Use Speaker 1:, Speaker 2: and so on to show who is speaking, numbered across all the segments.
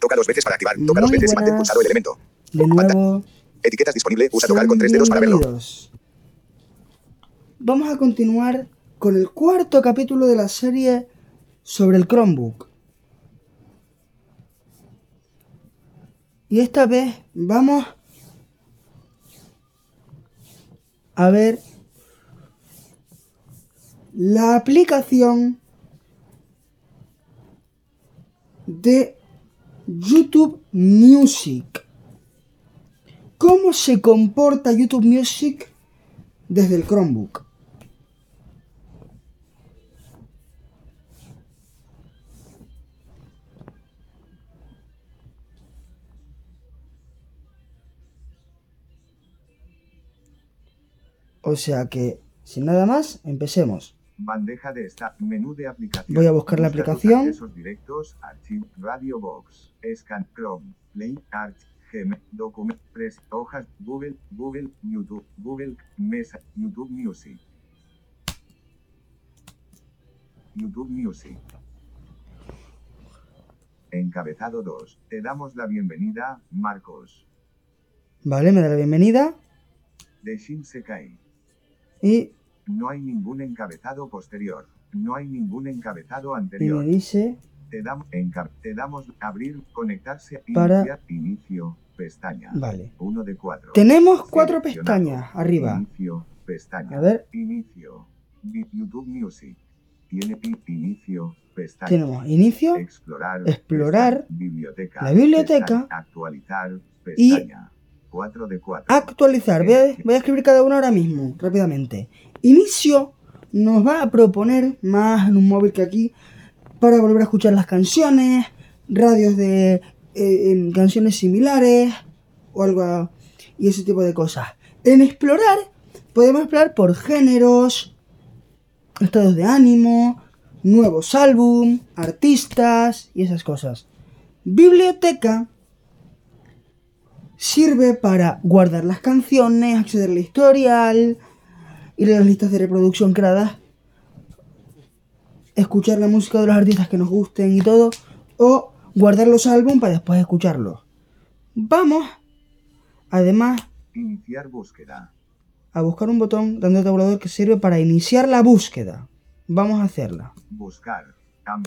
Speaker 1: Toca dos veces para activar. Toca dos
Speaker 2: Muy
Speaker 1: veces. Mantén
Speaker 2: buenas.
Speaker 1: pulsado el elemento.
Speaker 2: De
Speaker 1: Pantalla.
Speaker 2: nuevo.
Speaker 1: Etiquetas disponible. Usa
Speaker 2: sean
Speaker 1: tocar con tres dedos para verlo.
Speaker 2: bienvenidos. Vamos a continuar con el cuarto capítulo de la serie sobre el Chromebook. Y esta vez vamos a ver la aplicación de YouTube Music. ¿Cómo se comporta YouTube Music desde el Chromebook? O sea que, sin nada más, empecemos.
Speaker 3: Bandeja de esta menú de aplicación.
Speaker 2: Voy a buscar la
Speaker 3: Busca tus
Speaker 2: aplicación.
Speaker 3: accesos directos, archivo, radio box, scan, chrome, play, arch, gem, document, press, hojas, google, google, youtube, google, mesa, youtube music. YouTube Music. Encabezado 2. Te damos la bienvenida, Marcos.
Speaker 2: Vale, me da la bienvenida
Speaker 3: De Shin Sekai.
Speaker 2: y,
Speaker 3: No hay ningún encabezado posterior. No hay ningún encabezado
Speaker 2: y
Speaker 3: anterior.
Speaker 2: me dice
Speaker 3: Te damos, encar- te damos abrir, conectarse,
Speaker 2: Para-
Speaker 3: iniciar, inicio, pestaña.
Speaker 2: Vale.
Speaker 3: Uno de cuatro.
Speaker 2: Tenemos cuatro
Speaker 3: Seleccionado.
Speaker 2: pestañas arriba.
Speaker 3: Inicio, pestaña.
Speaker 2: A ver.
Speaker 3: Inicio. Di- YouTube Music. Tiene pi- inicio, pestaña.
Speaker 2: Tenemos inicio,
Speaker 3: Explorar.
Speaker 2: explorar,
Speaker 3: pestaña. biblioteca.
Speaker 2: la biblioteca,
Speaker 3: pestaña. actualizar, pestaña. Cuatro de cuatro.
Speaker 2: actualizar. Voy a, voy a escribir cada uno ahora mismo, rápidamente. Inicio nos va a proponer, más en un móvil que aquí, para volver a escuchar las canciones, radios de eh, em, canciones similares o algo a- y ese tipo de cosas. En explorar podemos explorar por géneros, estados de ánimo, nuevos álbum, artistas y esas cosas. Biblioteca sirve para guardar las canciones, acceder al historial, ir a las listas de reproducción creadas, escuchar la música de los artistas que nos gusten y todo, o guardar los álbumes para después escucharlos. Vamos, además,
Speaker 3: Iniciar búsqueda.
Speaker 2: a buscar un botón dando tabulador que sirve para iniciar la búsqueda. Vamos a hacerla.
Speaker 3: Buscar. Am-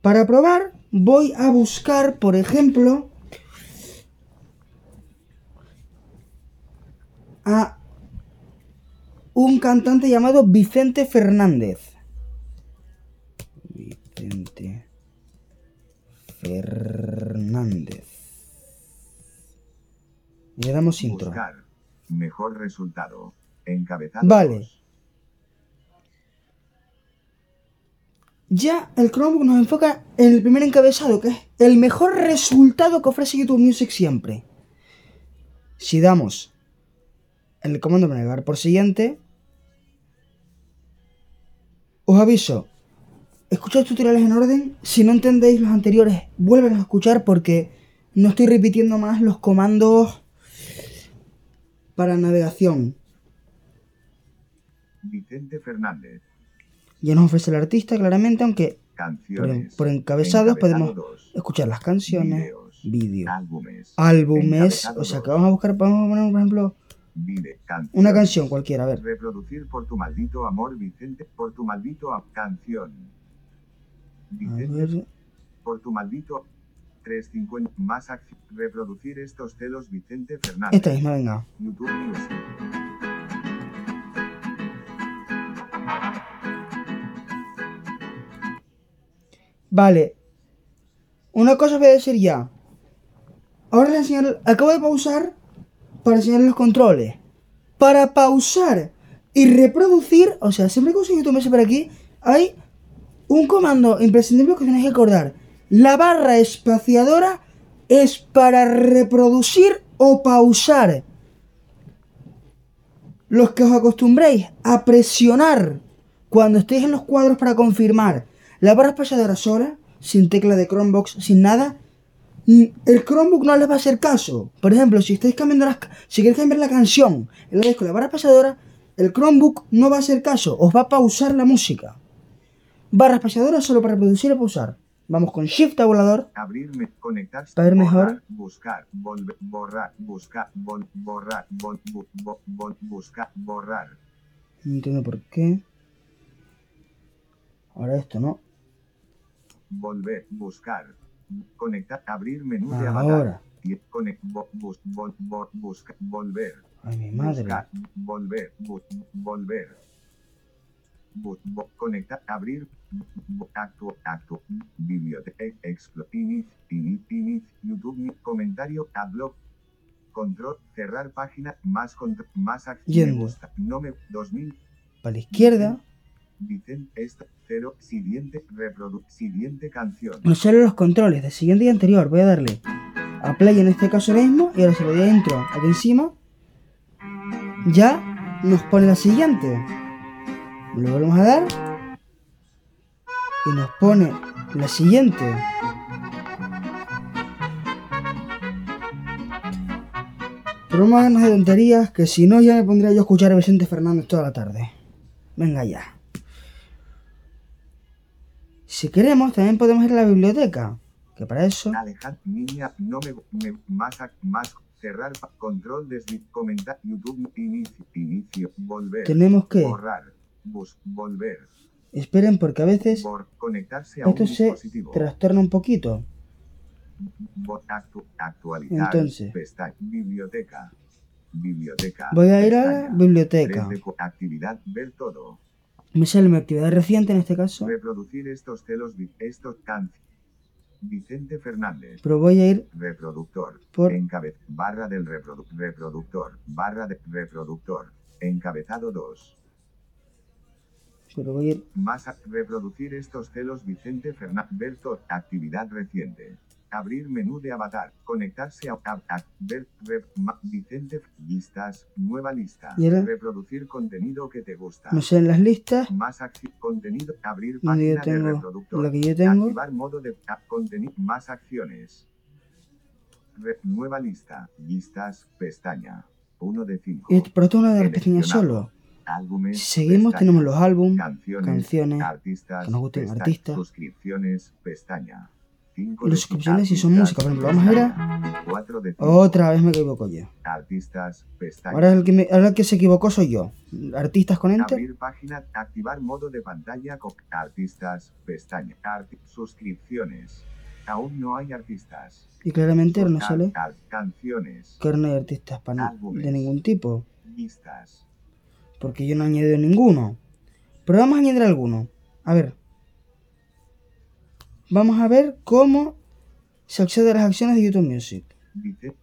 Speaker 2: Para probar, voy a buscar, por ejemplo, a un cantante llamado Vicente Fernández. Vicente Fernández. Le damos intro.
Speaker 3: Buscar. Mejor resultado. Encabezado.
Speaker 2: Vale.
Speaker 3: dos.
Speaker 2: Ya el Chromebook nos enfoca en el primer encabezado, que es el mejor resultado que ofrece YouTube Music siempre. Si damos el comando para navegar por siguiente, os aviso, escuchad tutoriales en orden, si no entendéis los anteriores, vuelven a escuchar porque no estoy repitiendo más los comandos para navegación.
Speaker 3: Vicente Fernández.
Speaker 2: Ya nos ofrece el artista claramente, aunque
Speaker 3: Canciones.
Speaker 2: por encabezados podemos
Speaker 3: dos.
Speaker 2: escuchar las canciones,
Speaker 3: Videos.
Speaker 2: vídeos.
Speaker 3: Álbumes.
Speaker 2: álbumes,
Speaker 3: Encabezado
Speaker 2: o sea que
Speaker 3: dos.
Speaker 2: vamos a buscar, vamos a poner por ejemplo
Speaker 3: Vide- canciones.
Speaker 2: una canción cualquiera, a ver,
Speaker 3: Reproducir por tu maldito amor, Vicente. Por tu maldito a canción.
Speaker 2: a
Speaker 3: Vicente,
Speaker 2: ver,
Speaker 3: por tu maldito 350 más acción. Reproducir estos telos, Vicente Fernández.
Speaker 2: esta misma, venga,
Speaker 3: YouTube Music.
Speaker 2: vale, una cosa os voy a decir ya, ahora les enseñar, acabo de pausar para enseñar los controles, para pausar y reproducir, o sea, siempre que uso YouTube Music por aquí, hay un comando imprescindible que tenéis que acordar, la barra espaciadora es para reproducir o pausar. los que os acostumbréis a presionar cuando estéis en los cuadros para confirmar la barra espaciadora sola, sin tecla de Chromebox, sin nada, mm, el Chromebook no les va a hacer caso. Por ejemplo, si estáis cambiando las, ca- si queréis cambiar la canción, en la disco la barra espaciadora, el Chromebook no va a hacer caso, os va a pausar la música. Barra espaciadora solo para reproducir o pausar. Vamos con Shift a volador.
Speaker 3: Abrirme, conectarse.
Speaker 2: Para ver mejor.
Speaker 3: borrar, Buscar, volver, borrar, buscar, vol- borrar, vol- bu- bo- vol- buscar, borrar.
Speaker 2: No entiendo por qué. Ahora esto, ¿no?
Speaker 3: Volver, buscar. Conectar, abrir menú de avatar.
Speaker 2: Ahora.
Speaker 3: Y conect, bo- bus- vol- vol- busca- volver.
Speaker 2: Ay, mi madre.
Speaker 3: Buscar, volver, bu- volver. Bu- bu- conectar, abrir, bu- actu, actu, biblioteca, explorar, init, init, init, YouTube, mi- comentario, a blog, control, cerrar página, más control, más acción,
Speaker 2: Yendo.
Speaker 3: me gusta, no me, 2000,
Speaker 2: Para la izquierda.
Speaker 3: dicen, esta, cero, siguiente, reprodu, siguiente canción,
Speaker 2: Nos salen los controles de siguiente y anterior. Voy a darle a play en este caso ahora mismo. Y ahora se lo doy a intro aquí encima. Ya nos pone la siguiente. Lo volvemos a dar. Y nos pone la siguiente. Pero no me hagan de tonterías que si no ya me pondría yo a escuchar a Vicente Fernández toda la tarde. Venga ya. Si queremos, también podemos ir a la biblioteca. Que para eso.
Speaker 3: alejar, niña, no me, me- más, ac- más, cerrar, pa- control, desde, comentar, YouTube, inicio, inicio, volver.
Speaker 2: Tenemos que.
Speaker 3: Borrar. Bus, volver.
Speaker 2: Esperen porque a veces
Speaker 3: Por conectarse a
Speaker 2: esto
Speaker 3: un
Speaker 2: se
Speaker 3: dispositivo.
Speaker 2: trastorna un poquito.
Speaker 3: Bo- actu- actualizar.
Speaker 2: Entonces.
Speaker 3: Pestaña. Biblioteca. Biblioteca.
Speaker 2: Voy a ir a la
Speaker 3: Pestaña.
Speaker 2: biblioteca.
Speaker 3: Tres de co- actividad. Ver todo.
Speaker 2: Me sale mi actividad reciente en este caso.
Speaker 3: Reproducir estos telos. vi- Estos canciones. Vicente Fernández.
Speaker 2: Pero voy a ir
Speaker 3: Reproductor.
Speaker 2: Por-
Speaker 3: Encabez. Barra del reprodu- reproductor. Barra de reproductor. Encabezado 2.
Speaker 2: Pero voy a ir.
Speaker 3: Más a- reproducir estos celos Vicente Fernández Berto, actividad reciente. Abrir menú de avatar, conectarse a, a, a- ver, rep, ma- Vicente, F- listas, nueva lista.
Speaker 2: ¿Y ahora?
Speaker 3: Reproducir contenido que te gusta.
Speaker 2: No sé, en las listas.
Speaker 3: Más acción, contenido, abrir
Speaker 2: Donde yo
Speaker 3: página de
Speaker 2: tengo.
Speaker 3: reproductor.
Speaker 2: Lo que yo tengo.
Speaker 3: Activar modo de contenido. Más acciones. Re- nueva lista. Listas. Pestaña. 1 de 5.
Speaker 2: Y- Pero esto es una de las pestañas solo. Si
Speaker 3: Álbumes.
Speaker 2: seguimos,
Speaker 3: pestaña,
Speaker 2: tenemos los álbumes.
Speaker 3: Canciones.
Speaker 2: canciones,
Speaker 3: Artistas.
Speaker 2: que nos gusten
Speaker 3: pesta-
Speaker 2: artistas.
Speaker 3: Suscripciones. Pestaña. 5
Speaker 2: Y las suscripciones si son música, por ejemplo, vamos a ver a-
Speaker 3: 4 de 5.
Speaker 2: Otra vez me equivoco yo.
Speaker 3: Artistas. Pestaña.
Speaker 2: Ahora el que, me- ahora el que se equivocó soy yo. Artistas con enter.
Speaker 3: Abrir página, activar modo de pantalla con artistas, pestaña, art, suscripciones. Aún no hay artistas.
Speaker 2: Y claramente ahora no
Speaker 3: Art-
Speaker 2: sale
Speaker 3: art- canciones,
Speaker 2: que ahora no hay artistas pa- de
Speaker 3: Álbumes.
Speaker 2: ningún tipo.
Speaker 3: listas.
Speaker 2: Porque yo no he añadido ninguno. Pero vamos a añadir alguno. A ver. Vamos a ver cómo se accede a las acciones de YouTube Music.
Speaker 3: Dice,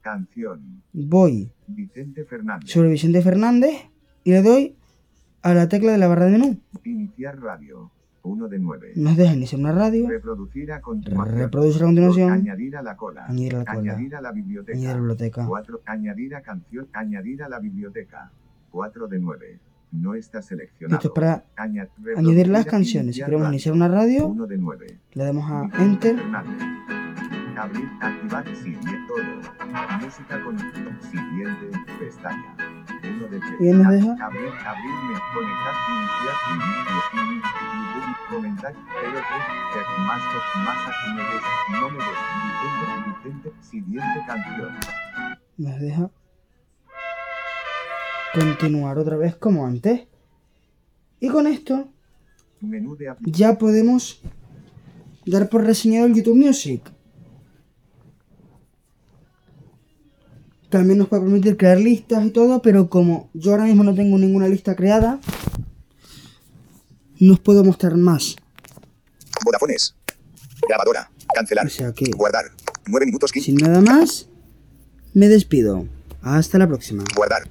Speaker 3: canción,
Speaker 2: Voy
Speaker 3: Vicente Fernández.
Speaker 2: sobre Vicente Fernández y le doy a la tecla de la barra de menú.
Speaker 3: Iniciar radio, 1 de 9.
Speaker 2: Nos deja iniciar una radio,
Speaker 3: Reproducir a continuación.
Speaker 2: reproducir a continuación,
Speaker 3: Añadir a la cola.
Speaker 2: Añadir a la cola.
Speaker 3: Añadir a la biblioteca.
Speaker 2: añadir a la biblioteca.
Speaker 3: 4. Añadir a canción. Añadir a la biblioteca. 4 de 9. No está seleccionado.
Speaker 2: Esto es para
Speaker 3: Aña-
Speaker 2: añadir
Speaker 3: reproducir
Speaker 2: las
Speaker 3: a
Speaker 2: canciones. Si queremos
Speaker 3: radio.
Speaker 2: iniciar una radio,
Speaker 3: 1 de 9.
Speaker 2: le damos a Enter.
Speaker 3: Abrir, activar, siguiente, todo. Música con siguiente, pestaña. 1 de 3.
Speaker 2: Y él nos deja.
Speaker 3: Abrir, abrirme, conectar, iniciar, inicio, inicio, YouTube, comentar, 03, eh, más, o- más, aquí me ves, no me ves, Vicente, Vicente, siguiente canción.
Speaker 2: Nos deja continuar otra vez como antes. Y con esto
Speaker 3: Menú de aplicación.
Speaker 2: ya podemos dar por reseñado el YouTube Music. También nos puede permitir crear listas y todo, pero como yo ahora mismo no tengo ninguna lista creada, no os puedo mostrar más.
Speaker 1: Vodafones. Grabadora. Cancelar.
Speaker 2: O sea que,
Speaker 1: Guardar. 9 minutos 15.
Speaker 2: sin nada más, me despido. Hasta la próxima.
Speaker 1: Guardar.